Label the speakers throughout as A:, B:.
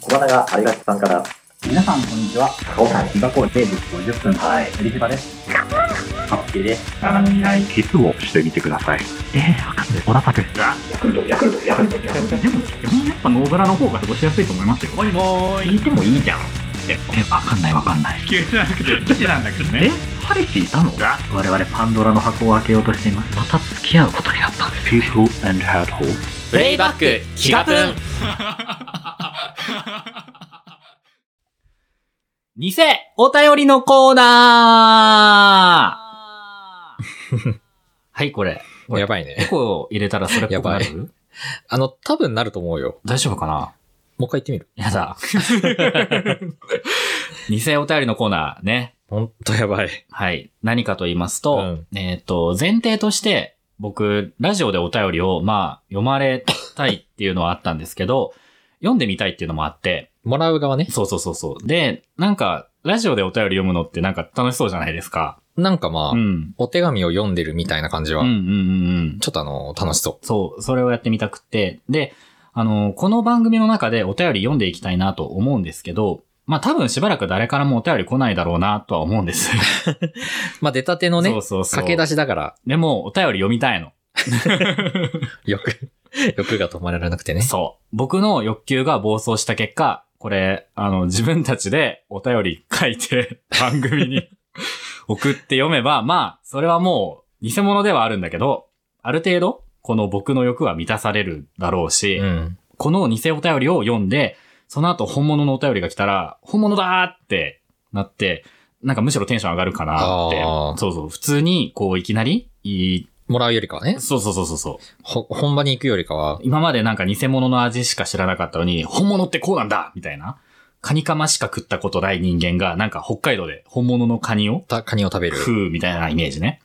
A: 小花がありがちさんから。
B: 皆さんこんにちは。
A: 顔さん。
B: 千葉港で50分。
A: はい。
B: リヒバです。ハッピーです。
C: あの未来キスをしてみてください。
D: えー、わかんない。小田作。
A: ヤクルト、ヤクルト、ヤクルト。
D: でも、基本やっぱノーブラの方が過ごしやすいと思いますよ。
E: もいもーい
D: 聞いてもいいじゃん。え、わかんないわかんない。
E: 急じゃなくて1なんだけど
D: え
E: ね、
D: 彼氏いたの
B: 我々パンドラの箱を開けようとしています。
D: また付き合うことになったんですよ。
C: People and Head Hope
F: プレイバック企画分偽お便りのコーナーはい、これ。これ
G: やばいね。
F: エコー入れたらそれっぽくな
G: や
F: る
G: あの、多分なると思うよ。
F: 大丈夫かな
G: もう一回言ってみる。
F: やだ。偽お便りのコーナーね。
G: ほんとやばい。
F: はい。何かと言いますと、
G: う
F: えっ、と、前提として、僕、ラジオでお便りを、まあ、読まれたいっていうのはあったんですけど、 読んでみたいっていうのもあって、
G: もらう側ね。
F: そうそうそうそう。で、なんか、ラジオでお便り読むのってなんか楽しそうじゃないですか。
G: なんかまあ、
F: うん。
G: お手紙を読んでるみたいな感じ
F: うん
G: は、
F: うんうんうん。
G: ちょっとあの、楽しそ
F: そう、それをやってみたくて。で、あの、この番組の中でお便り読んでいきたいなと思うんですけど、まあ多分しばらく誰からもお便り来ないだろうなとは思うんです。
G: う。まあ、出たてのね、
F: そうそうそう。
G: 駆け出しだから、
F: でも、お便り読みたいの。
G: 欲、 欲が止まらなくてね。
F: そう。僕の欲求が暴走した結果、これ、あの、自分たちでお便り書 いて、番組に送って読めば、まあ、それはもう、偽物ではあるんだけど、ある程度、この僕の欲は満たされるだろうし、
G: うん。
F: この偽お便りを読んで、その後本物のお便りが来たら、本物だーってなって、なんかむしろテンション上がるかなって
G: あ。ー
F: そうそう。普通に、こう、いきなり、いい
G: もらうよりかはね、
F: そうそうそうそうそう。
G: ほ、本場に行くよりかは、
F: 今までなんか偽物の味しか知らなかったのに、本物ってこうなんだみたいな。カニカマしか食ったことない人間が、なんか北海道で本物のカニを
G: た、カニを食べる。
F: 食うみたいなイメージね。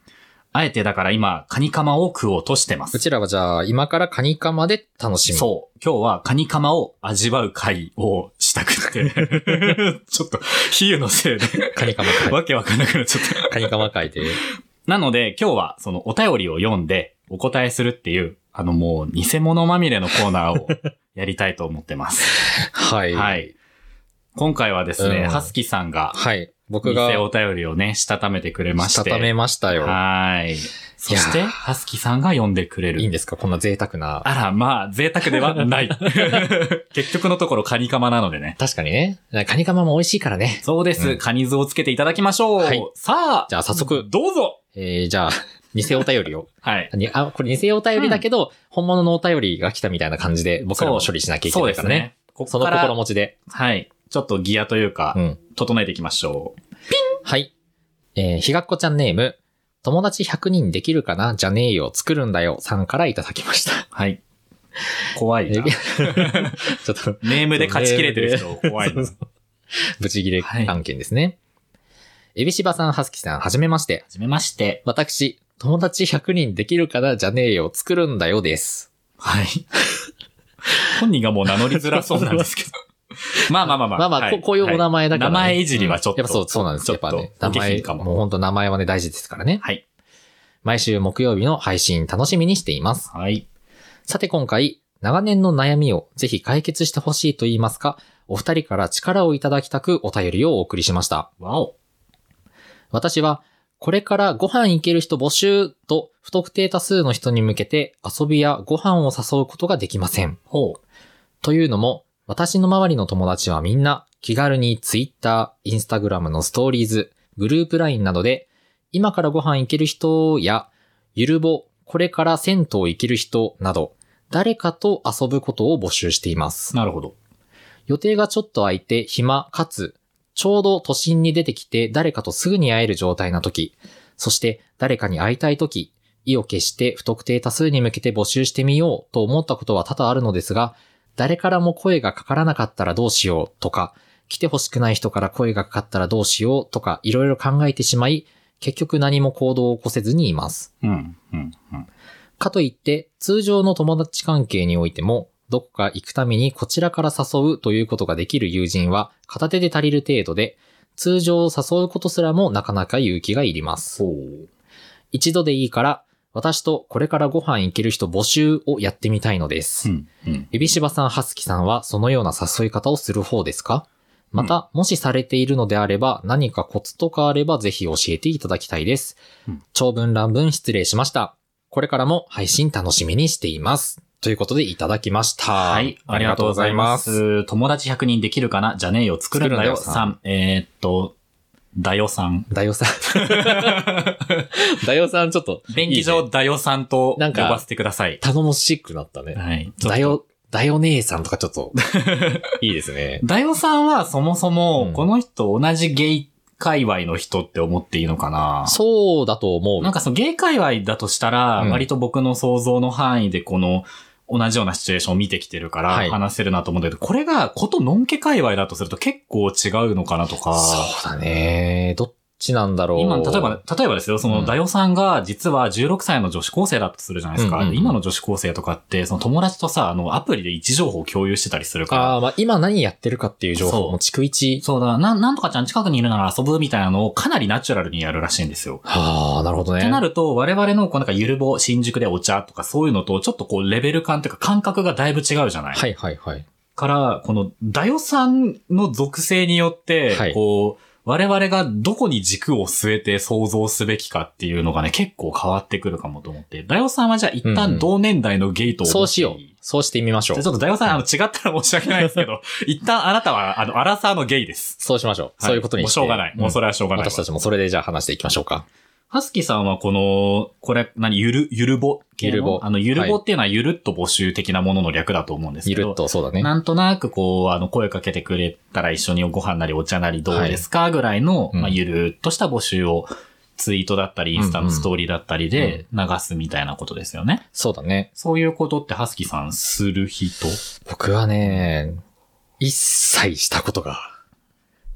F: あえてだから今、カニカマを食おうとしてま
G: う
F: す。
G: ちらはじゃあ、今からカニカマで楽しみ。
F: そう。今日はカニカマを味わう会をしたくて。ちょっと、比喩のせいで、
G: カニカマ 会。
F: わけわかんなくなっちゃった。
G: カニカマ会で。
F: なので、今日はそのお便りを読んでお答えするっていう、あのもう偽物まみれのコーナーをやりたいと思ってます。
G: はい。。
F: はいい。今回はですね、
G: うん
F: ハスキさんが、
G: はい。僕
F: 偽
G: が、
F: お便りをね、したためてくれまし
G: した
F: て。
G: ためましたよ。
F: はい。そして、
G: いやー
F: ハスキさんが読んでくれる。
G: いいんですかこんな贅沢な。
F: あら、まあ、贅沢では ない。結局のところ、カニカマなのでね。
G: 確かにね。カニカマも美味しいからね。
F: そうです。
G: うん
F: カニ酢をつけていただきましょう。
G: はい
F: さあ、
G: じゃあ早速、
F: どうぞ
G: えー、じゃあ、 偽お便りを。
F: はい。
G: にあ、これ偽お便りだけど、本物のお便りが来たみたいな感じで、僕らも処理しなきゃいけ
F: そう
G: な
F: で
G: いか
F: す
G: らね。
F: ね。こ
G: そ
F: こから
G: の心持ちで。
F: はい。ちょっとギアというか、
G: うん。
F: 整えていきましょう。
G: はい。えー、ひがっこちゃんネーム、友達100人できるかなじゃねえよ、作るんだよ、さんからいただきました。
F: はい。怖い
G: え
F: な。
G: ちょっと、
F: ネームで勝ち切れてる人、怖 い
G: そ
F: な
G: う。そうブチギレ案件ですね。えびしばさん、はすきさん、はじめまして。
F: はじめまして。
G: 私、友達100人できるかなじゃねえよ、作るんだよです。
F: はい。本人がもう名乗りづらそうなんです けど。まあまあまあまあ。
G: まあまあ、
F: はい
G: ここういうお名前だから、ね
F: はい名前いじりはちょっと
G: やっぱそう、そうなんです。
F: ちょ
G: や
F: っ
G: っ
F: と
G: ぱね、名
F: お下
G: 前、
F: 品かも
G: もう本当名前はね、大事ですからね。
F: はい。
G: 毎週木曜日の配信楽しみにしています。
F: はい。
G: さて今回、長年の悩みをぜひ解決してほしいと言いますか、お二人から力をいただきたくお便りをお送りしました。
F: わお。
G: 私は、これからご飯行ける人募集と不特定多数の人に向けて遊びやご飯を誘うことができません。
F: ほう。
G: というのも、私の周りの友達はみんな気軽に Twitter、Instagram のストーリーズ、グループ LINE などで、今からご飯行ける人や、ゆるぼ、これから銭湯行ける人など、誰かと遊ぶことを募集しています。
F: なるほど。
G: 予定がちょっと空いて暇かつ、ちょうど都心に出てきて誰かとすぐに会える状態な時、そして誰かに会いたい時、意を決して不特定多数に向けて募集してみようと思ったことは多々あるのですが、誰からも声がかからなかったらどうしようとか、来てほしくない人から声がかかったらどうしようとか、いろいろ考えてしまい、結局何も行動を起こせずにいます。
F: うん。うん。うん。
G: かといって、通常の友達関係においても、どこか行くためにこちらから誘うということができる友人は片手で足りる程度で、通常誘うことすらもなかなか勇気がいります。
F: ほう。
G: 一度でいいから、私とこれからご飯行ける人募集をやってみたいのです。
F: ん。うん。
G: エビシバさん、ハスキさんはそのような誘い方をする方ですかまた、もしされているのであれば、何かコツとかあればぜひ教えていただきたいです。
F: うん
G: 長文乱文失礼しました。これからも配信楽しみにしています。ということでいただきました。
F: はい、ありがとうございま
G: ありがとうございます。
F: す。友達100人できるかなじゃねえよ、作るんだよ、
G: 作るんだよ
F: さん。えーっと、だよさん。
G: だよさん。 だよさん、ちょっと
F: 便宜上、だよさんと
G: な
F: 呼
G: んか
F: ばせてください。
G: 頼もしくなったね。
F: はい。ちょっと
G: だ。よ、だよ姉さんとかちょっ と、いいですね。
F: だよさんはそもそうも
G: ん、
F: この人同じゲイ界隈の人って思っていいのかな、
G: そうだと思う。
F: なんかそのゲイ界隈だとしたら、
G: うん
F: 割と僕の想像の範囲でこの、同じようなシチュエーションを見てきてるから
G: はい
F: 話せるなと思うんだけど、これがことのんけ界隈だとすると結構違うのかなとか。
G: そうだね。どっちなんだろう。
F: 今、例えば、例えばですよ、そ
G: うん
F: の、ダヨさんが実は16歳の女子高生だとするじゃないですか。
G: うんうんうん
F: 今の女子高生とかって、その友達とさ、あの、アプリで位置情報を共有してたりするから。
G: あーまあ、今何やってるかっていう情報
F: そ
G: も
F: う
G: 逐一。
F: そうだ、なん、なんとかちゃん近くにいるなら遊ぶみたいなのをかなりナチュラルにやるらしいんですよ。
G: はあ、なるほどね。
F: ってなると、我々のこうなんかゆるぼ、新宿でお茶とかそういうのと、ちょっとこうレベル感というか感覚がだいぶ違うじゃない、
G: はいはいはい。
F: から、この、ダヨさんの属性によって、
G: はい
F: こう、我々がどこに軸を据えて想像すべきかっていうのがね、結構変わってくるかもと思って。ダヨさんはじゃあ一
G: うんうん
F: 旦同年代のゲイと思っていい、
G: そうしよう。そうしてみましょ
F: じゃ
G: う
F: あち。ょっとダヨさん、あの、違ったら申し訳ないですけ ど、一旦あなたは、あの、アラサーのゲイです。
G: そうしましょう。
F: は
G: そういうことに
F: もう
G: して。
F: しょうがない。もうそれはしょう
G: うん
F: がないわ。
G: 私たちもそれでじゃあ話していきましょうか。
F: ハスキーさんはこの、これ、何、ゆる、ゆるぼ系の。
G: ゆるぼ
F: あの、ゆるぼっていうのはゆるっと募集的なものの略だと思うんですけ
G: ゆ
F: ど。
G: るっと、そうだね。
F: なんとなくこう、あの、声かけてくれたら一緒にご飯なりお茶なりどうですかぐらいの、
G: うん
F: まあ、ゆるっとした募集をツイートだったり、インスタのストーリーだったりで流すみたいなことですよね。
G: そうだね。
F: そういうことって、ハスキーさんする人
G: 僕はね、一切したことが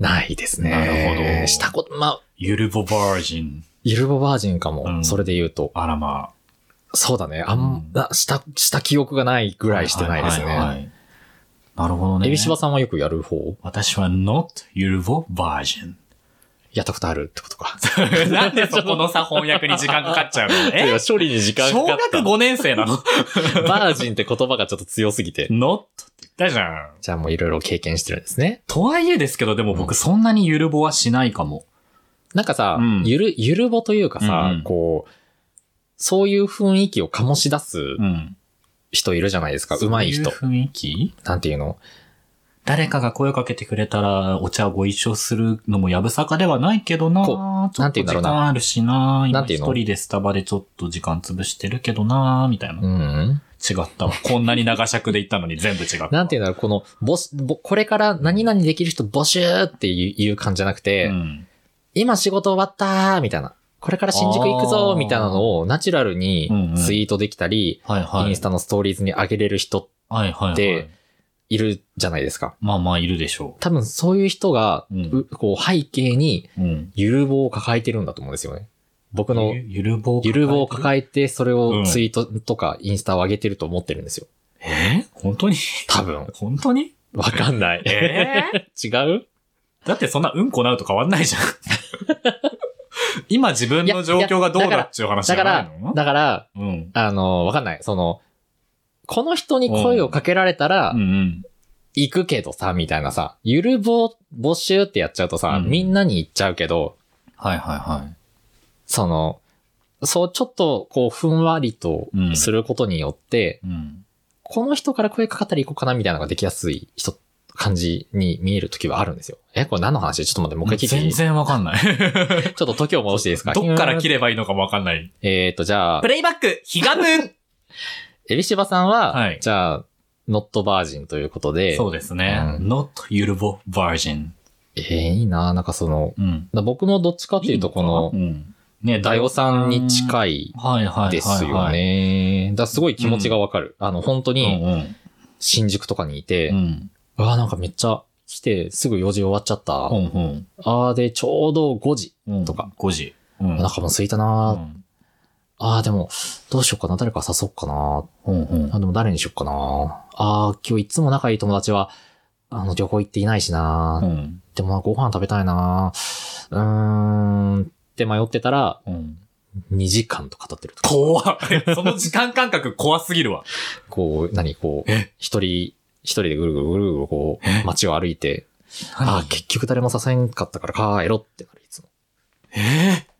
G: ないですね。
F: なるほど
G: したこと、まあ、
F: ゆるぼバージン。
G: ゆるぼバージンかも、
F: うん
G: それで言うと。
F: あらま
G: そうだね。あん、
F: うん
G: なした、した記憶がないぐ
F: あ。
G: らいしてないです
F: ははは
G: ね。
F: いなるほどね。
G: エビシバさんはよくやる方
F: 私は not ゆるぼバージン。
G: やったことあるってことか。
F: なんでそこのさ、翻訳に時間かかっちゃうのえ
G: 処理に時間
F: 小
G: かかっ
F: 学
G: た。
F: 5年 生なの
G: バージンって言葉がちょっと強すぎて。
F: ?not って言ったじゃん。
G: じゃあもういろいろ経験してるんですね。
F: とはいえですけど、でも僕そんなにゆるぼはしないかも。
G: なんかさ、
F: うん
G: ゆる、ゆるぼというかさ、
F: うんうん
G: こう、そういう雰囲気を醸し出す
F: ん。
G: 人いるじゃないですか。上手い人。
F: そういう雰囲気
G: なんていうの
F: 誰かが声をかけてくれたら、お茶をご一緒するのもやぶさかではないけどな
G: こ
F: ちょ
G: なん
F: って
G: い
F: と
G: うんだ
F: 時
G: ろうな
F: 間あるしな
G: な
F: 今
G: んてい
F: 一
G: うの
F: 人でスタバでちょっと時間潰してるけどなみたいな。
G: う
F: 違
G: ん。
F: っ たわ。こんなに長尺で言ったのに全部違った。
G: なんていうんだろう、この、ぼし、ぼ、これから何々できる人募集っていういう感じじゃなくて、
F: うん。
G: 今仕事終わったーみたいな。これから新宿行くぞーみたいなのをナチュラルに
F: うんうん
G: ツイートできたり、
F: はいはい。
G: インスタのストーリーズに上げれる人
F: はいはい、はい。
G: でいるじゃないですか。
F: まあまあいるでしょ
G: 多分そういう人が、
F: うん
G: うこう背景に
F: う。うん。
G: ゆる棒を抱えてるんだと思うんですよね。僕の
F: ゆゆるぼ
G: ゆる棒を
F: え
G: 抱えて、それを
F: うん
G: ツイートとかインスタを上げてると思ってるんですよ。
F: え本当に
G: 多分。
F: 本当に
G: わかんない。
F: えー
G: 違う
F: だってそんなうんこなうと変わんないじゃん。 今自分の状況がどうだっちゅう話じ
G: だか
F: ゃない
G: ら
F: の、
G: だから、
F: うん。
G: あの、わかんない。その、この人に声をかけられたら
F: うんう、ん。
G: 行くけどさ、みたいなさ、ゆる棒募集ってやっちゃうとさ、
F: うん
G: みんなに行っちゃうけど、
F: はいはいはい。
G: その、そう、ちょっと、こう、ふんわりと
F: うん
G: することによって、
F: うん。
G: この人から声かかったら行こうかなみたいなのができやすい人、感じに見える時はあるんですよ。え、これ何の話ちょっと待って、もう一回聞いてい
F: 全
G: いちょ
F: 然わかんない。
G: っと時を戻していいですか
F: どっから切ればいいのかもわかんない。
G: えっ、ー、と、じゃあ、
F: レイバック、ひがむ
G: エビシバさんは、
F: はい
G: じゃあ、ノットバージンということで、
F: そうですね。
G: う
F: not ゆるぼ virgin。
G: えー、いいななんかその、
F: うん。
G: だ僕もどっちかっていうと、この
F: う、ん。ね、
G: ダヨさんに
F: い。
G: 近い
F: はいはいはい、はい。
G: ですよね。だからすごい気持ちがわかる。あの、本当
F: う
G: に
F: ん
G: 新宿とかにいて、
F: うん。うん。
G: うわあ、なんかめっちゃ来てすぐ4時終わっちゃった。
F: うんうん。
G: ああ、で、ちょうど5時。
F: うん。
G: とか。
F: 5時。うん
G: お。腹も空いた
F: う
G: なー、
F: ん
G: ああ、でも、どうしようかな。誰か誘おうかな。
F: うんうん。
G: あでも誰にしようかな。ああ、今日いつも仲いい友達は、あの、旅行行っていないしな。
F: うん。
G: でも、ご飯食べたいな。うーん、って迷ってたら、
F: うん。
G: 2時間とか経ってるとか、
F: 怖 い。その時間感覚怖すぎるわ。
G: こう、何、こう、一人、一人でぐるぐるぐるぐるこう、街を歩いて、ああ、結局誰も支えんかったから帰ろってなる、いつも。
F: えー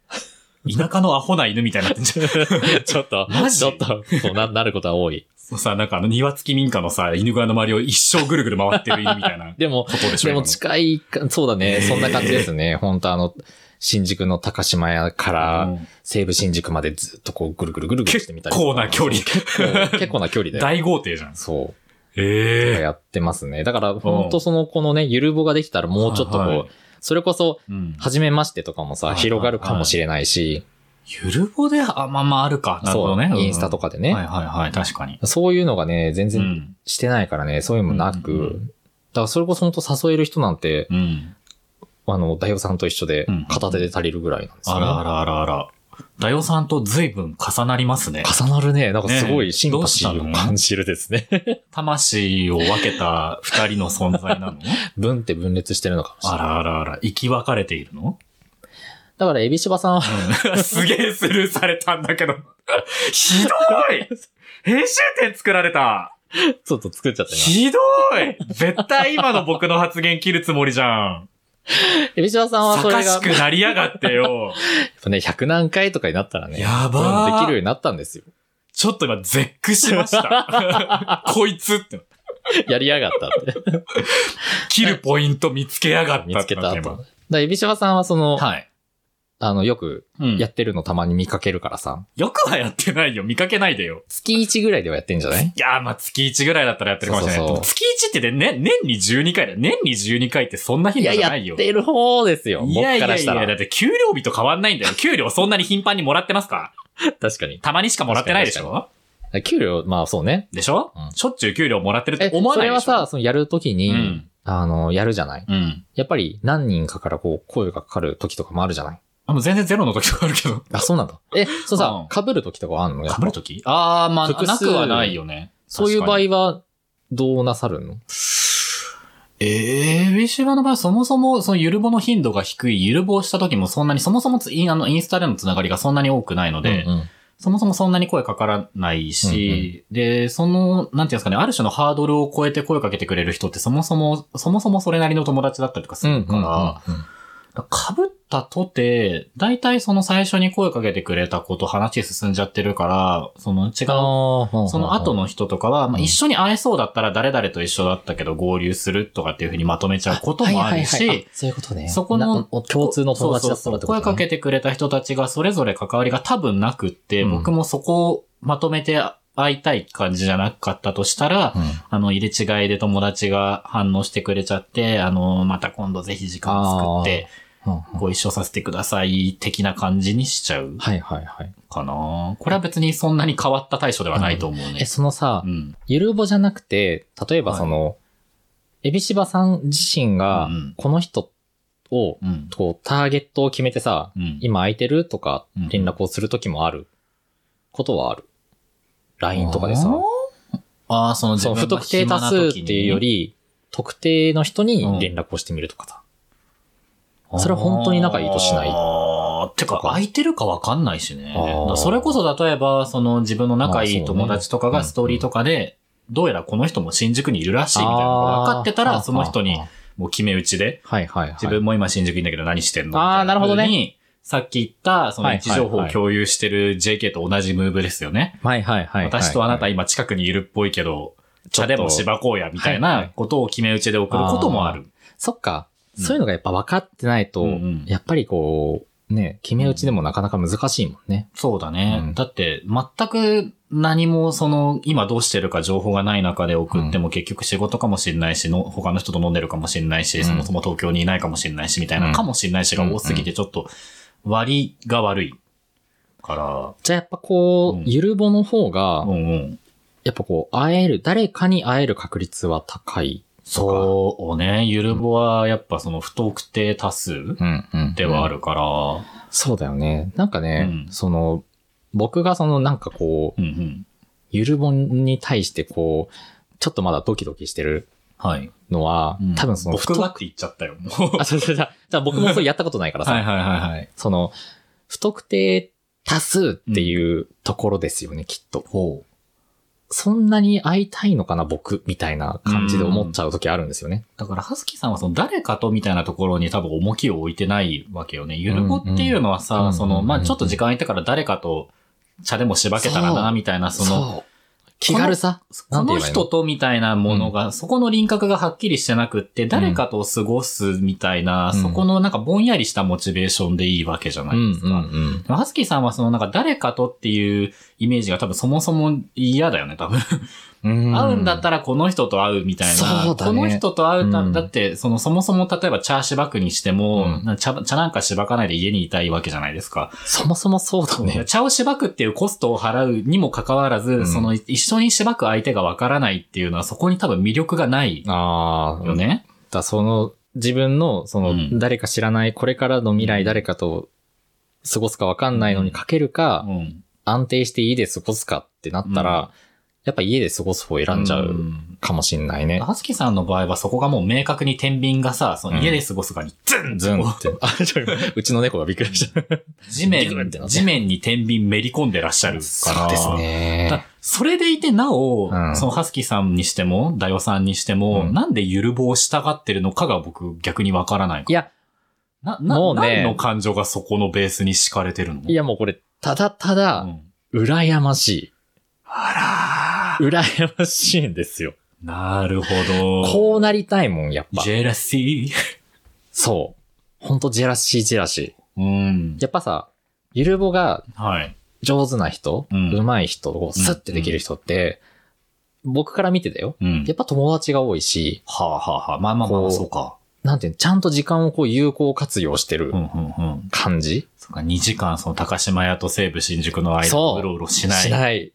F: 田舎のアホな犬みたいになってんじゃん。
G: ちょっと、
F: マジ
G: ちょっと、そうな、なることは多い。
F: そうさ、なんかあの庭付き民家のさ、犬小屋の周りを一生ぐるぐる回ってる犬みたいな
G: でも、
F: ことでしょ。
G: でも
F: 今の
G: 近いか、そうだ ね、そんな感じですね。本当あの、新宿の高島屋から、西武新宿までずっとこうぐるぐるぐるぐるしてみたりとか。
F: 結構な距離
G: そう結構結構な距離だよ。
F: 大豪邸じゃん。
G: そう。
F: ええ
G: やってますね。だから、本当その、このね、ゆるぼができたらもうちょっと
F: はい
G: こ
F: は
G: う、それこそ、
F: うん
G: 初めましてとかもさ、
F: はいはい
G: 広がるかもしれないし、
F: ゆるぼで、あ、まあまああるか。なるほ
G: そ
F: ど
G: う、
F: ね。
G: インスタと
F: か
G: かで
F: はい
G: ね。
F: はいはい。確かに。
G: そういうのがね、全
F: う
G: 然
F: ん。
G: してないからね、そういうのもな
F: うんうんう
G: く、だからそれこそ本当誘える人なんて、
F: うん。
G: あの、大夫さんと一緒で
F: うんうん、
G: 片手で足りるぐらいなんですよ
F: あ
G: ね。
F: らあらあらあら。だよさんと随分重なりますね。
G: 重なるね。なんかすご
F: ねえ
G: いシンパシーを感じるです ね。
F: 魂を分けた二人の存 在なの
G: 分って分裂してるのかもしれな
F: あ
G: い。
F: らあらあら。生き別れているの
G: だから、エビシバさんは、
F: すげえスルーされたんだけど。ひどい編集点作られた
G: ちょっと作っちゃった今
F: ひどい絶対今の僕の発言切るつもりじゃん。
G: エビシバさんはそ
F: さか
G: れが、や
F: し
G: っ
F: くなりやがって よ。
G: ぱね、100何回とかになったらね、
F: や
G: こういうの
F: ば
G: でき
F: ー
G: るようになったん ですよ。
F: ちょっと今絶句しました。 こいつって。
G: やりやがったって。
F: 切るポイント見つけやがったって
G: 見つけた
F: なって
G: 後。だ
F: 今
G: から、エビシバさんはその、
F: はい。
G: あの、よく
F: うん
G: やってるのたまに見かけるからさ、
F: よくはやってないよ。見かけないでよ。
G: 月1ぐらいではやってんじゃない
F: いやー、まあ、月1ぐらいだったらやってるかもしれない。
G: そうそう
F: でも月1ってね、ね年に12回だよ。年に12回ってそんない頻
G: や、
F: 度じゃ
G: や
F: ないよ。
G: ってる方ですよ。
F: い
G: 僕
F: やい
G: か
F: や
G: ら
F: い
G: した
F: や、だ
G: ら
F: っ。て給料日と変わんないんだよ。給料そんなに頻繁にもらってますか
G: 確かに。
F: たまにしかもらってないでしょ
G: 給料、まあそうね。
F: でしょ、
G: うん
F: しょっちゅう給料もらってるっ
G: え
F: て、思わ
G: そ
F: ない
G: れ
F: で
G: は
F: しょ
G: さ、そのやるときに、
F: うん。
G: あの、やるじゃない
F: うん。
G: やっぱり何人かからこう声がかかる時とかもあるじゃない
F: あ、もう全然ゼロの時とかあるけど。
G: あ、そうなんだ。え、そうさ、
F: う
G: 被る時とかはあんのやっぱ
F: 被る時あー、まあ、
G: 複
F: な
G: 数
F: くはないよね。
G: そういう場
F: 確かに。
G: 合は、どうなさるの
F: えー、ウィシュバの場合、そもそも、そのゆるぼの頻度が低い、ゆるぼをした時もそんなに、そもそもつインあの、インスタでのつながりがそんなに多くないので、
G: うんうん
F: そもそもそんなに声かからないし、で、その、なんていうんですかね、ある種のハードルを超えて声かけてくれる人ってそもそも、そもそもそれなりの友達だったりとかす
G: うんうん
F: るから、
G: うんうん
F: かぶったとて、大体その最初に声かけてくれたこと話進んじゃってるから、その違う、
G: あー
F: その後。の人とかは、まあ、
G: うん
F: 一緒に会えそうだったら誰々と一緒だったけど合流するとかっていうふうにまとめちゃうこともある
G: はいはいはい
F: し、
G: あそういうことね。
F: そこの
G: なお共通の友達だった
F: そ
G: ら
F: うそう
G: って
F: そ
G: こと
F: う声
G: ね
F: かけてくれた人たちがそれぞれ関わりが多分なくって、
G: うん
F: 僕もそこをまとめて会いたい感じじゃなかったとしたら、
G: うん
F: あの、入れ違いで友達が反応してくれちゃって、あの、また今度ぜひ時間作って、
G: うんうん
F: ご一緒させてください的な感じにしちゃう
G: はいはいはい。
F: かな。これは別にそんなに変わった対処ではないと思う
G: え、
F: ね。
G: そのさ
F: う、ん。
G: ゆるぼじゃなくて、例えば
F: はい
G: その、エビシバさん自身が
F: うんうん、
G: この人を、
F: うん。
G: こう、ターゲットを決めてさ、
F: うん。
G: 今空いてるとか
F: うん
G: 連絡をするときもあることはある。LINE とかでさ、
F: ああ、その自
G: その
F: 分
G: 不
F: が
G: 特定多
F: 暇な時
G: 数
F: に
G: っていうよ、り、特定の人に連絡をしてみるとかさ。それは本当に仲いいとしない
F: ああ、てか
G: とか
F: 空いてるかわかんないしね。
G: あー
F: だからそれこそ例えば、その自分の仲いい友達とか
G: あーそう
F: が
G: ね
F: ストーリーとかで、どうやらこの人も新宿にいるらしいみたいなのが分かってた
G: あ
F: ら、
G: ー
F: その人に
G: あ
F: もう決め打ちで、
G: はいはいはい。
F: 自分も今新宿いんだけど何してんの
G: あー
F: みたい
G: なるほどね
F: 風にさっき言った、その位置情報
G: はいはいは
F: を
G: い
F: 共有してる JK と同じムーブですよね。
G: はいはいはいはい。
F: 私とあなた今近くにいるっぽいけど、茶でもしばこうやみたい
G: はいは
F: ないことを決め打ちで送ることもある。
G: そっか。
F: うん
G: そういうのがやっぱ分かってないと、
F: うんうん
G: やっぱりこう、ね、決め打ちでもなかなか難しいもんね。
F: そうだね。
G: うん
F: だって、全く何もその、今どうしてるか情報がない中で送っても結局仕事かもしんないし、の他の人と飲んでるかもしんないし、
G: うん
F: そもそも東京にいないかもしんないし、みたいな、
G: うん
F: かもしんないしが多すぎてちょっと割が悪いか
G: じゃあやっぱこう、
F: うん
G: ゆるぼの方が
F: ら、、うんうん。
G: やっぱこう、会える、誰かに会える確率は高い。
F: そうね。ゆるぼはやっぱその不特定多数
G: うんうん
F: ではあ。るから、
G: そうだよね。なんかね、
F: うん
G: その、僕がそのなんかこう、
F: うんうん。
G: ゆるぼんに対してこう、ちょっとまだドキドキしてる
F: はい。
G: のは、
F: うん
G: 多分その、
F: 僕がって言っちゃったよ。もう
G: あ、そうそうそう。じゃあ僕もそうやったことないからさ、
F: はいはいはいはい。
G: その、不特定多数っていうところですよね、きっと。
F: ほう。
G: そんなに会いたいのかな、僕、みたいな感じで思っちゃう時あるんですよね。
F: だから、はずきさんはその誰かとみたいなところに多分重きを置いてないわけよね。ゆる子っていうのは
G: うんう
F: さ、
G: ん
F: そ
G: うんうん
F: の、
G: うん
F: まあちょっと時間空いたから誰かと茶でもしばけたら
G: そ
F: な、
G: う
F: みたいな、その、
G: う。気軽さ
F: こ
G: な
F: の
G: んて言えばいいの
F: 人とみたいなものが、そこの輪郭がはっきりしてなくって、誰かと過ごすみたい
G: う
F: な、
G: ん
F: そこのなんかぼんやりしたモチベーションでいいわけじゃな
G: う
F: い
G: ん
F: で
G: う
F: す
G: ん
F: か。
G: うん。
F: でもはずきさんはそのなんか誰かとっていうイメージが多分そもそも嫌だよね、多分。会うんだったらこの人と会うみたいな。
G: そうだね
F: この人と会うた、
G: うん
F: だって、そのそもそも例えば茶しばくにしても、
G: うん
F: な茶、茶なんかしばかないで家にいたいわけじゃないですか。
G: そもそもそうだね。
F: 茶をしばくっていうコストを払うにもかかわらず、
G: ん
F: その一緒にしばく相手がわからないっていうのはそこに多分魅力がない
G: ああ、
F: よね。
G: だその自分のそうの
F: ん
G: 誰か知らないこれからの未来誰かと過ごすかわかんないのにかけるか、
F: うん。
G: 安定して家で過ごすかってなったら、
F: う
G: やっぱ家で過ごす方を選んじゃううかもしんないね。
F: はずきさんの場合はそこがもう明確に天秤がさ、その
G: うん
F: 家で過ごすかに、ズン
G: ズンって。 あ、ちょ、うちの猫がびっくりした。ズ
F: 地
G: ンっ
F: 面
G: てな、って
F: 地面に天秤めり込んでらっしゃるから。
G: ね
F: だ。それでいてなお、
G: うん
F: そのハスキーさんにしても、ダヨさんにしても、
G: うん
F: なんでゆる棒を従ってるのかが僕逆にわからない
G: いや、
F: な、な、
G: もうね
F: 何の感情がそこのベースに敷かれてるの
G: いやもうこれ、ただた
F: う
G: だ、
F: ん
G: 羨まし
F: あ
G: い。羨ましいんですよ。
F: らーなるほど。
G: こうなりたいもん、やっぱ
F: ジ。ェラシ
G: そう。ほんとジェラシージェラシー。
F: ー。うん。
G: やっぱさ、ゆるぼが
F: はい。
G: 上手な人、
F: うん
G: 上手い人をスッてできる人って、僕から見てたよ。
F: うん。
G: やっぱ友達が多いし、
F: はあはあはあ。まあまあま
G: こう
F: あ、そうか。
G: なんていうの、ちゃんと時間をこう有効活用してる
F: うんうんうん。
G: 感じ、
F: そうか、2時間その高島屋と西武新宿の間
G: そう
F: をうろうろしない。
G: しない。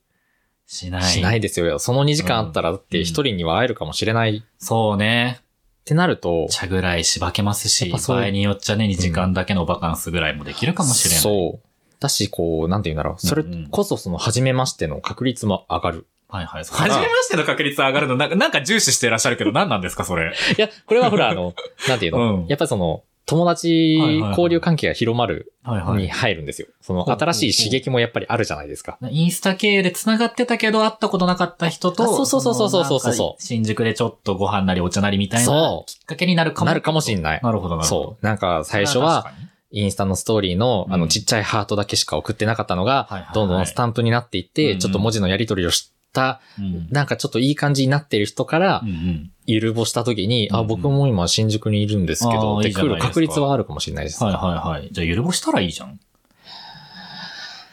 F: しない。
G: しないですよ。その2時間あったら、だって
F: うん
G: 一人には会えるかもしれないっ
F: そうね。
G: てなると、
F: 茶ぐらいしばけますし、
G: やっぱそう
F: 場合によっちゃね、2時間だけのバカンスぐらいもできるかもしれない。
G: そう。だし、こう、なんていうんだろう。それこそその、初めましての確率も上がる。
F: はいはい。 そう
G: から
F: 初めましての確率上がるの、なんか、なんか重視してらっしゃるけど、何なんですか、それ。
G: いや、これはほら、あ の、なんていうの、
F: うん
G: やっぱりその、友達
F: はいはいはい
G: 交流関係が広まる
F: はい
G: に。入るんですよ。その、
F: ほう
G: 新しい刺激もやっぱりあるじゃないですか。
F: インスタ経営で繋がってたけど、会ったことなかった人
G: あ
F: と、
G: そうそうそうそうそうそうそう
F: のなんか新宿でちょっとご飯なりお茶なりみたいな
G: そ、う
F: きっかけになるかも。
G: なるかもしんない。
F: なるほど、なるほど。
G: そう。なんか、最初
F: 確
G: は、
F: かに、
G: インスタのストーリーの、
F: うん
G: あの、ちっちゃいハートだけしか送ってなかったのが、
F: はいはいはい
G: どんどんスタンプになっていっ
F: うん
G: て、
F: うん
G: ちょっと文字のやり取りをした、
F: うん
G: なんかちょっといい感じになってる人から
F: うん、うん。
G: ゆるぼした時に、
F: うん
G: あ、
F: うん
G: 僕も今新宿にいるんですけど、
F: あー
G: って
F: いいじ
G: 来
F: ゃな
G: る
F: いですか
G: 確率はあるかもしれないです。
F: はいはいはい。じゃあ、ゆるぼしたらいいじゃん。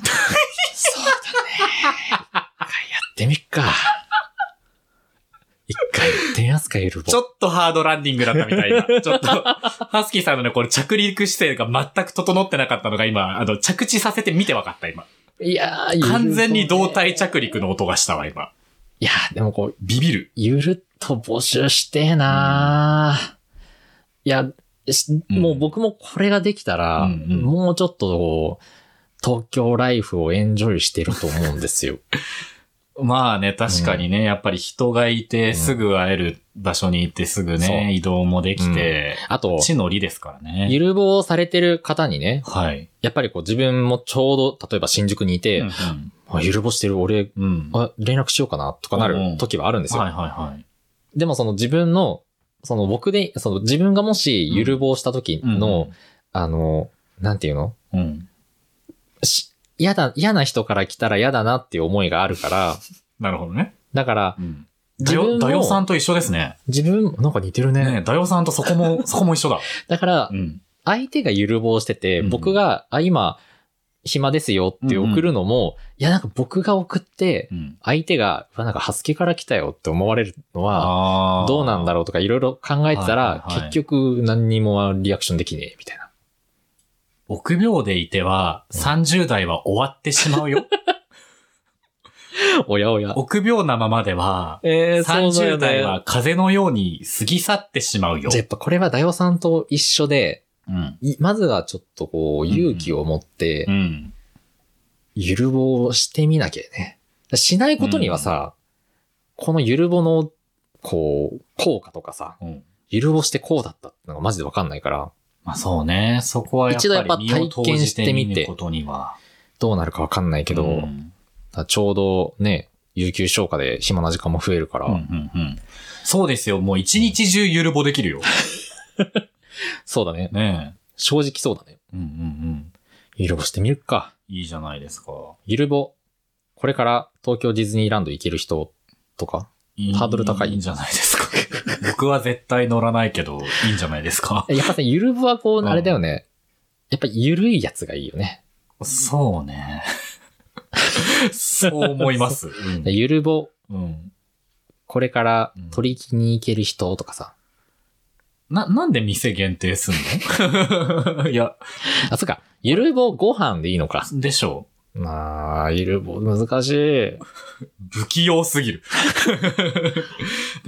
G: そうだね。一回やってみっ か。一回やってみますか、ゆるぼ。
F: ちょっとハードランディングだったみたい な。ちょっと、ハスキーさんのね、これ着陸姿勢が全く整ってなかったのが今、あの、着地させて見て分かった、今。
G: いやー、ゆるぼね
F: 完全に胴。体着陸の音がしたわ、今。
G: いやー、でもこう、
F: ビビる。
G: ゆるっと募集してーなー。いや、し
F: うん
G: もう僕もこれができたら、
F: うんうん
G: もうちょっとこう、東京ライフをエンジョイしてると思うんです よ。
F: まあね、確かにね、やっぱり人がいて、すぐ会える場所に行ってすぐ
G: そう
F: ね、移動もできて、
G: あと、
F: 地の利ですからね。
G: ゆるぼをされてる方にね、
F: はい。
G: やっぱりこう自分もちょうど、例えば新宿にいて、
F: うん
G: あゆるぼしてる俺、
F: うん。うん。は
G: あ、連絡しようかなとかなる時はあるんで
F: い
G: すよ。
F: はいはい。
G: でもその自分の、その僕で、その自分がもしゆるぼをした時の、あの、なんていうの
F: うん、うん。
G: し嫌だ、嫌な人から来たら嫌だなっていう思いがある から、
F: なるほどね。
G: だから、
F: うん。だ
G: 自分
F: よ、だよさ
G: も、
F: んと一緒ですね。
G: 自分、なんか似てるね。
F: ねだよさんとそこも、そこも一緒だ。
G: だから
F: う、ん。
G: 相手がゆるぼうしてて、
F: うん
G: 僕が、あ、今、暇ですよって送るのも、いや、なんか僕が送って、
F: うん。
G: 相手が、うわなんか、ハスケから来たよって思われるのは、
F: あ
G: どうなんだろうとかいろいろ考えてたら、
F: はいはいはい
G: 結局何にもリアクションできねえみたい な。
F: う。臆病でいては、30代は終わってしまう よ。
G: おやおや。
F: 臆病なままでは、
G: え
F: 30代は風のように過ぎ去ってしまう
G: じ
F: よ
G: ゃあ。やっぱこれはダヨさんと一緒で、
F: うん。
G: いまずはちょっとこう勇気を持って
F: う、ん。
G: ゆるぼをしてみなきゃね。しないことにはさ、このゆるぼの、こう、効果とかさ、
F: うん
G: ゆるぼしてこうだったってのがマジでわかんないから、
F: まあそうね。そこはや
G: 一度やっ
F: っ
G: ぱ
F: ぱり身を
G: 体
F: 投
G: 験
F: じ
G: して
F: て
G: みて
F: みることには。
G: どうなるかわかんないけど、だからちょうどね、有給消化で暇な時間も増えるから、
F: そうですよ。もう一日中ゆるぼでき るよ。
G: そうだね。
F: ね
G: 正直そうだね。
F: え。うんうんうん。
G: ゆるぼしてみるか。
F: いいじゃないですか。
G: ゆるぼ。これから東京ディズニーランド行ける人とか。ハードル高い
F: いいんじゃないですか。僕は絶対乗らないけど、いいんじゃないですか。
G: えやっぱさ、ゆるぼはこ
F: う
G: う、
F: ん
G: あれだよね。やっぱゆるいやつがいいよね。
F: そうね。そう思います。うん
G: ゆるぼ、
F: うん
G: これから
F: うん
G: 取引に行ける人とかさ。
F: な、なんで店限定すんの いや、
G: あ、そっか。ゆるぼご飯でいいのか。
F: でしょ
G: まあ、ゆるぼ難しい。
F: う。不器用すぎる。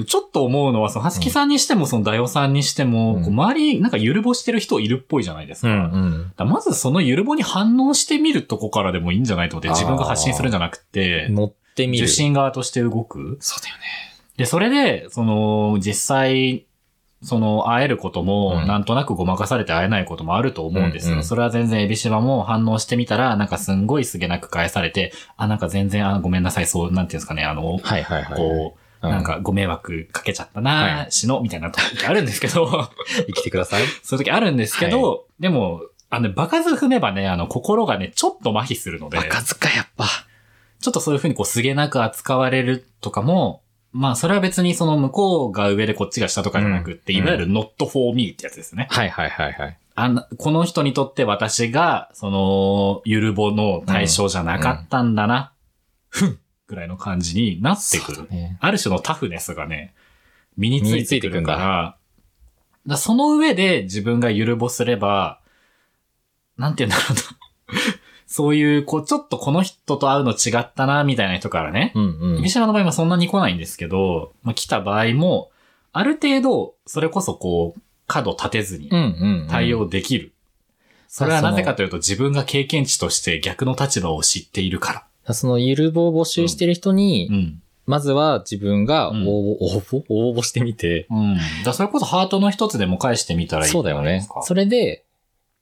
F: ちょっと思うのは、その、はすきさんにしても、その、だよさんにしても、
G: うん
F: こう周り、なんかゆるぼしてる人いるっぽいじゃないですか。だか
G: ん。
F: らまずそのゆるぼに反応してみるとこからでもいいんじゃないと思って、
G: あー
F: 自分が発信するんじゃなくて、
G: 乗ってみる。
F: 受信側として動く。
G: そうだよね。
F: で、それで、その、実際、その、会えることも、
G: うん
F: なんとなくごまかされて会えないこともあると思うんですよ。
G: うんうん
F: それは全然、エビシバも反応してみたら、なんかすんごいすげなく返されて、あ、なんか全然、あ、ごめんなさい、そう、なんていうんですかね、あの、
G: はいはいはい。
F: こう、
G: う
F: なん、かご迷惑かけちゃったな、
G: は
F: 死の、みたいな時あるんですけど、
G: 生きてください。
F: そういう時あるんですけど、でも、あの、場数踏めばね、あの、心がね、ちょっと麻痺するので。
G: バカずか、やっぱ。
F: ちょっとそういうふうにこう、すげなく扱われるとかも、まあ、それは別にその向こうが上でこっちが下とかじゃなくって、
G: うん
F: いわゆる not for me ってやつですね。
G: はいはいはいはい。
F: あんこの人にとって私が、その、ゆるぼの対象じゃなかったんだな、ふんぐらいの感じになってく
G: そ
F: る
G: う。だね。
F: ある種のタフネスがね、身につ
G: 身に
F: い
G: ついて
F: てく
G: くん
F: るか
G: だ
F: ら、だからその上で自分がゆるぼすれば、なんて言うんだろうな。 そういう、こう、ちょっとこの人と会うの違ったな、みたいな人からね。
G: うんう
F: ミ
G: ん。
F: シェラの場合はそんなに来ないんですけど、まあ、来た場合も、ある程度、それこそこう、角立てずに
G: うんうんうん。
F: 対応できる。それはなぜかというと、自分が経験値として逆の立場を知っているか
G: そのゆるぼを募集してる人に、
F: ら。うん。
G: まずは自分が応
F: う
G: 募
F: ん、
G: 応募、応募してみて。
F: うん。だからそれこそハートの一つでも返してみたらいいんじ
G: そ
F: ゃ
G: うだよ
F: ないで
G: ね
F: すか。。
G: それで、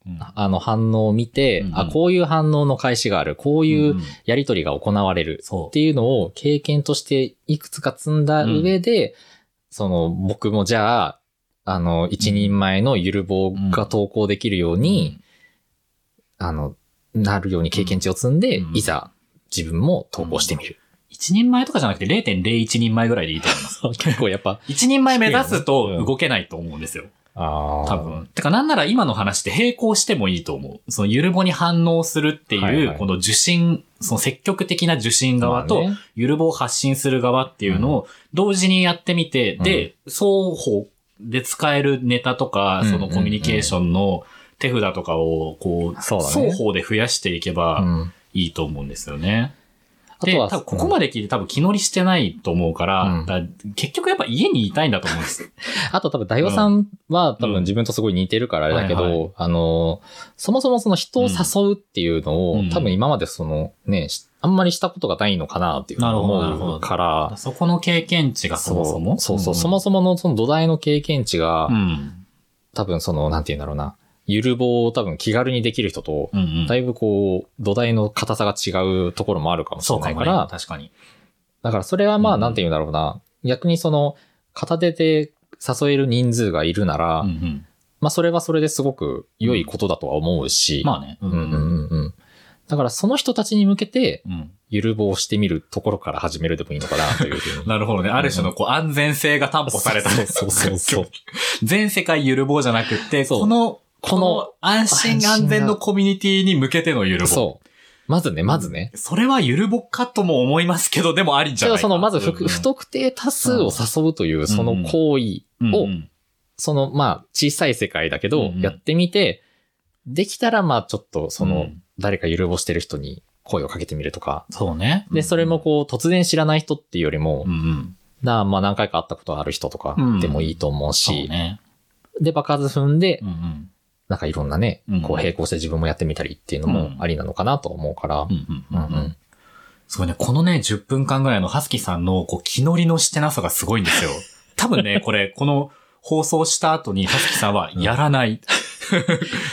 F: うん
G: あの反応を見て、
F: うんうん
G: あ、こういう反応の開始がある、こういう
F: ん
G: うやりとりが行われる
F: そ
G: っ
F: う。
G: ていうのを経験としていくつか積んだ上で、その僕もじゃあ、あの、一人前のゆる棒が投稿できるように、あの、なるように経験値を積んで、
F: うん
G: いざ自分も投稿してみる。
F: 一人前とかじゃなくて0.01人前ぐらいでいいと思います。
G: 結構やっぱ、
F: 一人前目指す
G: う
F: と
G: ん
F: 動けないと思うんですよ。
G: あ
F: 多。分。てか、なんなら今の話って並行してもいいと思う。そのゆるぼに反応するっていう、
G: はいはい
F: この受信、その積極的な受信側と、
G: まあね
F: ゆるぼを発信する側っていうのを同時にやってみて、
G: うん
F: で、双方で使えるネタとか、
G: うん
F: そのコミュニケーションの手札とかを、こう、
G: そうだね
F: 双方で増やしていけば
G: うん
F: いいと思うんですよね。
G: あ
F: で、
G: と
F: 多
G: は、
F: 分ここまで聞いて多分気乗りしてないと思うから、
G: うん
F: だから結局やっぱ家にいたいんだと思う んですよ。
G: あと多分、大オさんは多
F: う
G: 分
F: ん
G: 自分とすごい似てるからあれだけ
F: はい
G: ど、あの、そもそもその人を誘うっていうの
F: う
G: を
F: ん
G: 多分今までそのね、しあんまりしたことがないのかなっていうふうに
F: なるほどなる
G: 思
F: ほ
G: う
F: ど
G: から、
F: そこの経験値がそもそも
G: そうそう、そもそものその土台の経験値が
F: う、ん。
G: 多分その、なんて言うんだろうな、ゆる棒を多分気軽にできる人と、
F: うんうん
G: だいぶこう、土台の硬さが違うところもあるかもし
F: そ
G: れ
F: う
G: な
F: か
G: い
F: も
G: か
F: ね
G: ら、
F: 確かに。
G: だからそれはまあ、
F: うん
G: なんて言うんだろうな、逆にその、片手で誘える人数がいるなら
F: うんう、ん
G: まあそれはそれですごく良いことだとは思うし。
F: まあね。う
G: うんうんうんうん。だからその人たちに向けて、
F: うん
G: ゆるぼをしてみるところから始めるでもいいのかなというふう に。
F: なるほどね。ある種のこう安全性が担保された。
G: そうそうそうそう。
F: 全世界ゆるぼうじゃなくって、
G: そう
F: この、
G: こ
F: こ
G: の
F: の安
G: 安心
F: 心
G: な
F: 安全のコミュニティに向けてのゆるぼう。
G: そう。まずね、まずね。
F: それはゆるぼかとも思いますけど、でもありじ
G: じ
F: ゃ
G: ゃ
F: な
G: あ
F: いか
G: その、まず不
F: うん
G: 不特定多数を誘うという、その行為
F: うん
G: を
F: う、ん
G: その、まあ、小さい世界だけ
F: うん
G: ど
F: う、ん
G: やってみて、できたら、まあ、ちょっと、そうの
F: ん、
G: 誰かゆるぼしてる人に声をかけてみるとか。
F: そうね。
G: で、それもこう、突然知らない人っていうよりも
F: う、んうん。
G: なあ、まあ何回か会ったことある人とか
F: うん
G: でもいいと思う
F: そう
G: し、
F: ね。
G: で、爆発踏んで
F: う、んうん。
G: なんかいろんなね、
F: うん
G: こう並行して自分もやってみたりっていうの
F: う
G: も
F: ん
G: ありなのかなと思うから
F: う、んうんうん
G: うん
F: う。
G: うんん
F: すごいね。このね、10分間ぐらいのハスキーさんの、こう、気乗りのしてなさがす ごいんですよ。多分ね、これ、この放送した後にハスキーさんは、やらない。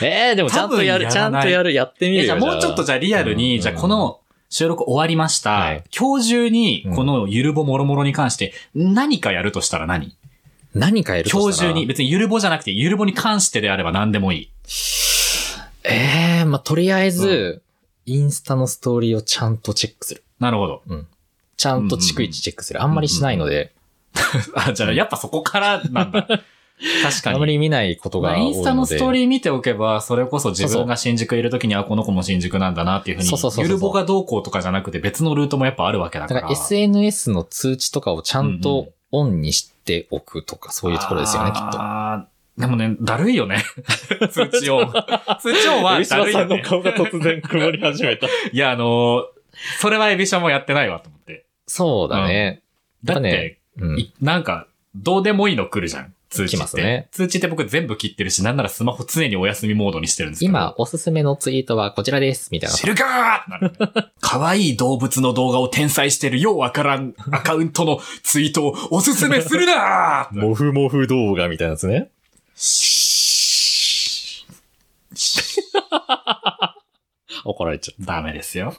G: えー、でもちゃんとやる、
F: 多分や
G: ちゃ
F: ら
G: ん
F: ない
G: とやる、やってみるよ。
F: え、じゃあもうちょっと
G: じ
F: じゃあリアル
G: うん
F: に、じゃあこの収録終わりました。
G: はい
F: 今日中に
G: うん
F: このゆるぼもろもろに関して何かやるとしたら何
G: ゃ何かやるとしたら
F: 今日中に、。別にゆるぼじゃなくてゆるぼに関してであれば何でもいい。
G: ええー、まあ、とりあえず、インスタのストーリーをちゃんとチェックする。
F: なるほど。
G: ちゃんと逐一チェックする。あんまりしないので、
F: あ、じゃあやっぱそこからな んだ。確か
G: あんま
F: に。
G: り見ないことが多いので。
F: インスタのストーリー見ておけば、それこそ自分が新宿いるときに、あ、この子も新宿なんだなっていうふうに
G: そうそうそう、そう
F: ゆるぼがどうこうとかじゃなくて別のルートもやっぱあるわけだか
G: だか
F: ら。
G: ら SNS の通知とかをちゃん
F: うんう
G: とオンにしておくとか、そういうところですよね、きっと。
F: あーでもね、だるいよね。 通 知音。通知音はだるいよね。
G: が突然曇り始めた。
F: いや、あのーそれはエビシャもやってないわと思って。
G: そうだね。
F: だ
G: だ
F: って、
G: ねうん。
F: いなんか、どうでもいいの来るじゃん。通知
G: 来
F: って。
G: ますね
F: 通知って僕全部切ってるし、なんならスマホ常にお休みモードにしてるんですけど。
G: 今、、おすすめのツイートはこちらです、みたいな。
F: 知るかーってなるね可愛い動物の動画を転載してるようわからんアカウントのツイートをおすすめするなーってなる
G: モフモフ動画みたいなやつね。怒られちゃう。
F: ダメですよ。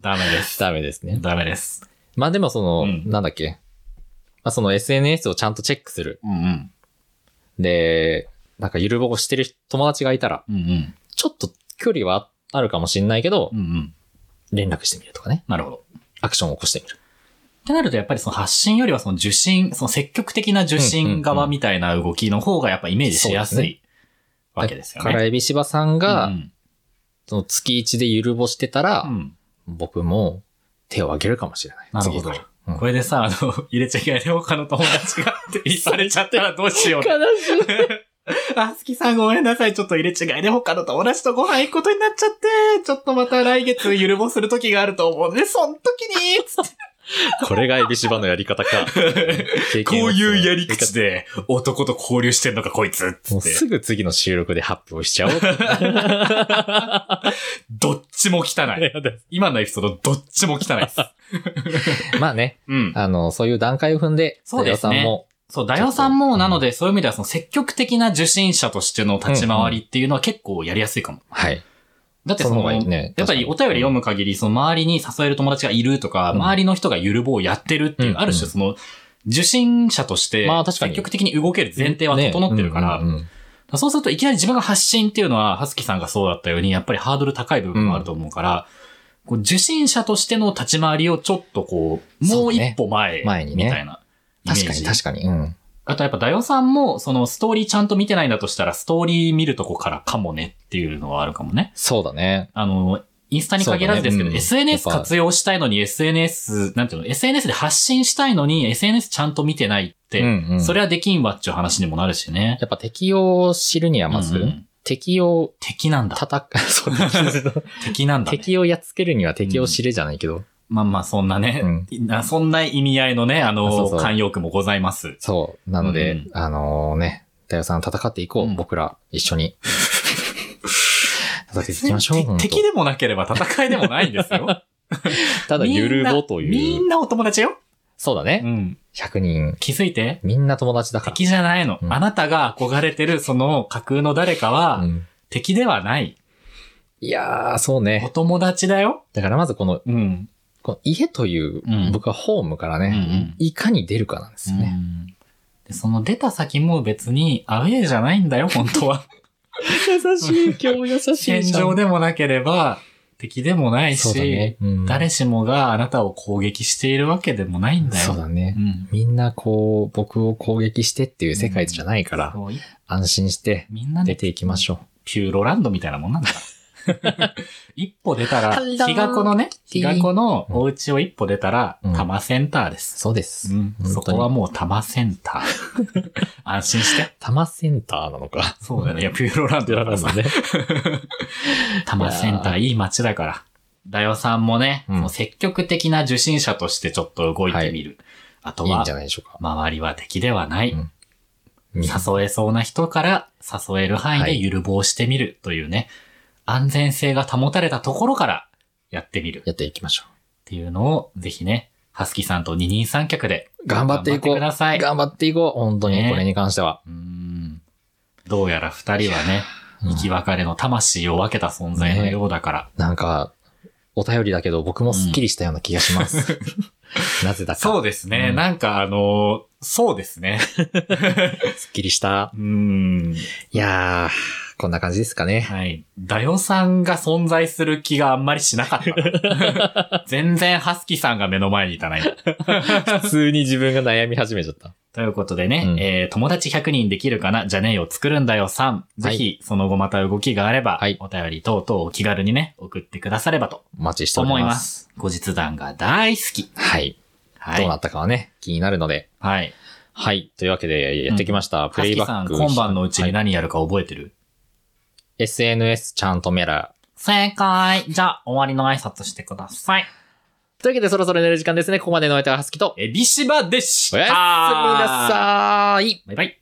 F: ダメです。
G: ダメですね。
F: ダメです。
G: まあでもその、
F: うん
G: なんだっけ。まあその SNS をちゃんとチェックする。
F: うんうん。
G: で、なんかゆるぼこしてる友達がいたら、
F: うんうん。
G: ちょっと距離はあるかもしんないけど
F: う、んうん。
G: 連絡してみるとかね。
F: なるほど。
G: アクションを起こしてみる。
F: ってなると、やっぱりその発信よりはその受信、その積極的な受
G: うんうんう
F: 信
G: ん
F: 側みたいな動きの方がやっぱイメージしや
G: そ
F: す
G: うで
F: いわけですよ
G: だか
F: ね。
G: らエビシバさんが、
F: うん
G: その月一でゆるぼしてたら、
F: うんうん
G: 僕も手を挙げるかもしれない。
F: なるほど
G: 次から。
F: これでさ、あの、 入れちゃいけない他の友達がって言われちゃったらどう しよう。
G: 悲しい。
F: あ、好きさんごめんなさい。ちょっと入れ違いで他の友達とご飯行くことになっちゃって、ちょっとまた来月ゆるぼする時があると思うんで、そん時につって
G: これがエビシバのやり方 か。
F: こういうやり口で男と交流してんのかこいつつ
G: も
F: っ
G: う
F: て。
G: すぐ次の収録で発表しちゃおう。
F: どっちも汚い。今のエピソードどっちも汚いです。
G: まあね、
F: うん。
G: あの、そういう段階を踏んで、
F: そうですね
G: ダイヤさんも、
F: そう、ダヨさんも、なので、そういう意味では、その積極的な受信者としての立ち回りっていうのは結構やりやすいかも。
G: はい。
F: だってその、
G: その方がいいね
F: やっぱりお便り読む限り、その周りに誘える友達がいるとか、
G: うん
F: 周りの人がゆるぼをやってるっていう、
G: うん
F: ある種その、受信者として
G: まあ、確かに
F: 積極的に動ける前提は整ってるから、
G: ねうんうんうん
F: そうするといきなり自分が発信っていうのは、はすきさんがそうだったように、やっぱりハードル高い部分もあると思うから、こう受信者としての立ち回りをちょっとこう、もう一歩
G: そう
F: 前、
G: ね前にね
F: みたいなイメージ。
G: 確かに確かに。うん。
F: あとやっぱ、ダヨさんも、そのストーリーちゃんと見てないんだとしたら、ストーリー見るとこからかもねっていうのはあるかもね。
G: そうだね。
F: あの、インスタに限らずです
G: そうだ
F: けど、
G: ねうん
F: SNS
G: やっぱ
F: 活用したいのに SNS、なんていうの、SNS で発信したいのに SNS ちゃんと見てないって、
G: うんうん
F: それはできんわっちゅう話にもなるしね。
G: やっぱ適用を知るにはまず、
F: うんうん
G: 適用を
F: 敵なんだ。
G: 叩 く、そう適用する
F: 敵なんだ、ね。
G: 敵をやっつけるには敵を知るじゃないけど、
F: まあまあ、そんなね、なそんな意味合いのね、あ
G: そうそ
F: の、
G: う
F: 慣用句もございます。
G: そう。なので、
F: うんう
G: あのね、ダヨさん戦っていこう。
F: うん
G: 僕ら、一緒 に。戦っていきましょう。
F: て
G: 本当
F: 敵でもなければ戦いでもないんですよ。
G: ただ、ゆるぼと
F: み
G: い
F: ん
G: う。
F: なお友達よ。
G: そうだ
F: う
G: ね。
F: ん。
G: 100人、
F: 気づいて。
G: みんな友達だから。
F: 敵じゃないの。
G: うん
F: あなたが憧れてるその架空の誰かは
G: うん
F: 敵ではない。
G: いやー、そう
F: お
G: ね。
F: 友達だよ。
G: だからまずこの、
F: うん。
G: この家という、
F: うん
G: 僕はホームから
F: うんう
G: ね、
F: ん。
G: いかに出るかなんですよね。
F: でその出た先も別にアウェーじゃないん だよ、本当は。
G: 優しい、今日優し
F: 戦場でもなければ敵でもない
G: そう
F: し、
G: だね。うん
F: 誰しもがあなたを攻撃しているわけでもないんだよ。
G: そうだね
F: う。ん。
G: みんなこう、僕を攻撃してっていう世界じゃないから、
F: そうい
G: 安心して
F: みんな
G: 出
F: で
G: ていきましょう。
F: ピューロランドみたいなもんなんだから。 一歩出 たら、
G: ハロー
F: 日がこのね、日がこのお家を一歩出たら
G: うん、
F: 多摩センターです。
G: そうです。
F: うん
G: 本当に
F: そこはもう多摩センター。 安心して。
G: 多摩センターなのか。
F: そう だね。いや、ピューロランド
G: 出
F: だ
G: ら
F: か
G: れ
F: ら
G: る
F: さ
G: の。ね。
F: 多摩センターいい街だから。ダヨさんもね、
G: うん
F: もう積極的な受信者としてちょっと動いてみる。あと
G: いいん
F: は
G: じゃ、ないでしょうか。
F: 周りは敵ではない。
G: うんみんな
F: 誘えそうな人から誘える範囲
G: は
F: で
G: い
F: ゆるぼうしてみるというね、安全性が保たれたところからやってみるっ
G: やっていきましょ
F: ていうのを、ぜひね、ハスキさんと二人三脚で
G: う。頑張っていこう。
F: 頑張ってください。
G: 頑張っていこう。本当に、
F: ね
G: これに関しては。
F: うーんどうやら二人はね、
G: うん
F: 生き別れの魂を分けた存在のようだから。
G: なんか、お便りだけど僕もスッキリしたような気がします。 なぜだか。
F: そうですね。
G: うん
F: なんかあのーそうです ね。
G: すっきりした。
F: うん。
G: いやー、こんな感じですか ね。
F: はい。ダヨさんが存在する気があんまりしなかった な。全然ハスキさんが目の前にいたな、今
G: 普通に自分が悩み始めちゃった。
F: ということでね、
G: うん
F: えー友達100人できるかなじゃねえよ作るんだよさん。ぜひ、その後また動きがあれば、
G: はい
F: お便り等々お気軽にね、送ってくださればと
G: お待ちしており
F: 思いま
G: ます。
F: す。後日談が大好き。
G: はい。
F: は。
G: どうないったかはね、気になるので。
F: はい。
G: はい。というわけで、やってきました。プ
F: ハ
G: レ
F: ス
G: イ
F: キ
G: バ
F: さ
G: ッ
F: ん、
G: ク。
F: 今晩のうちに
G: はい
F: 何やるか覚えてる、
G: SNS ちゃんとメラ。
F: 正解じゃあ、終わりの挨拶してください。
G: というわけで、そろそろ寝る時間ですね。ここまでのお相手ははすきと。
F: エビシバでし
G: お
F: た
G: やすみなさーい。
F: バイバイ。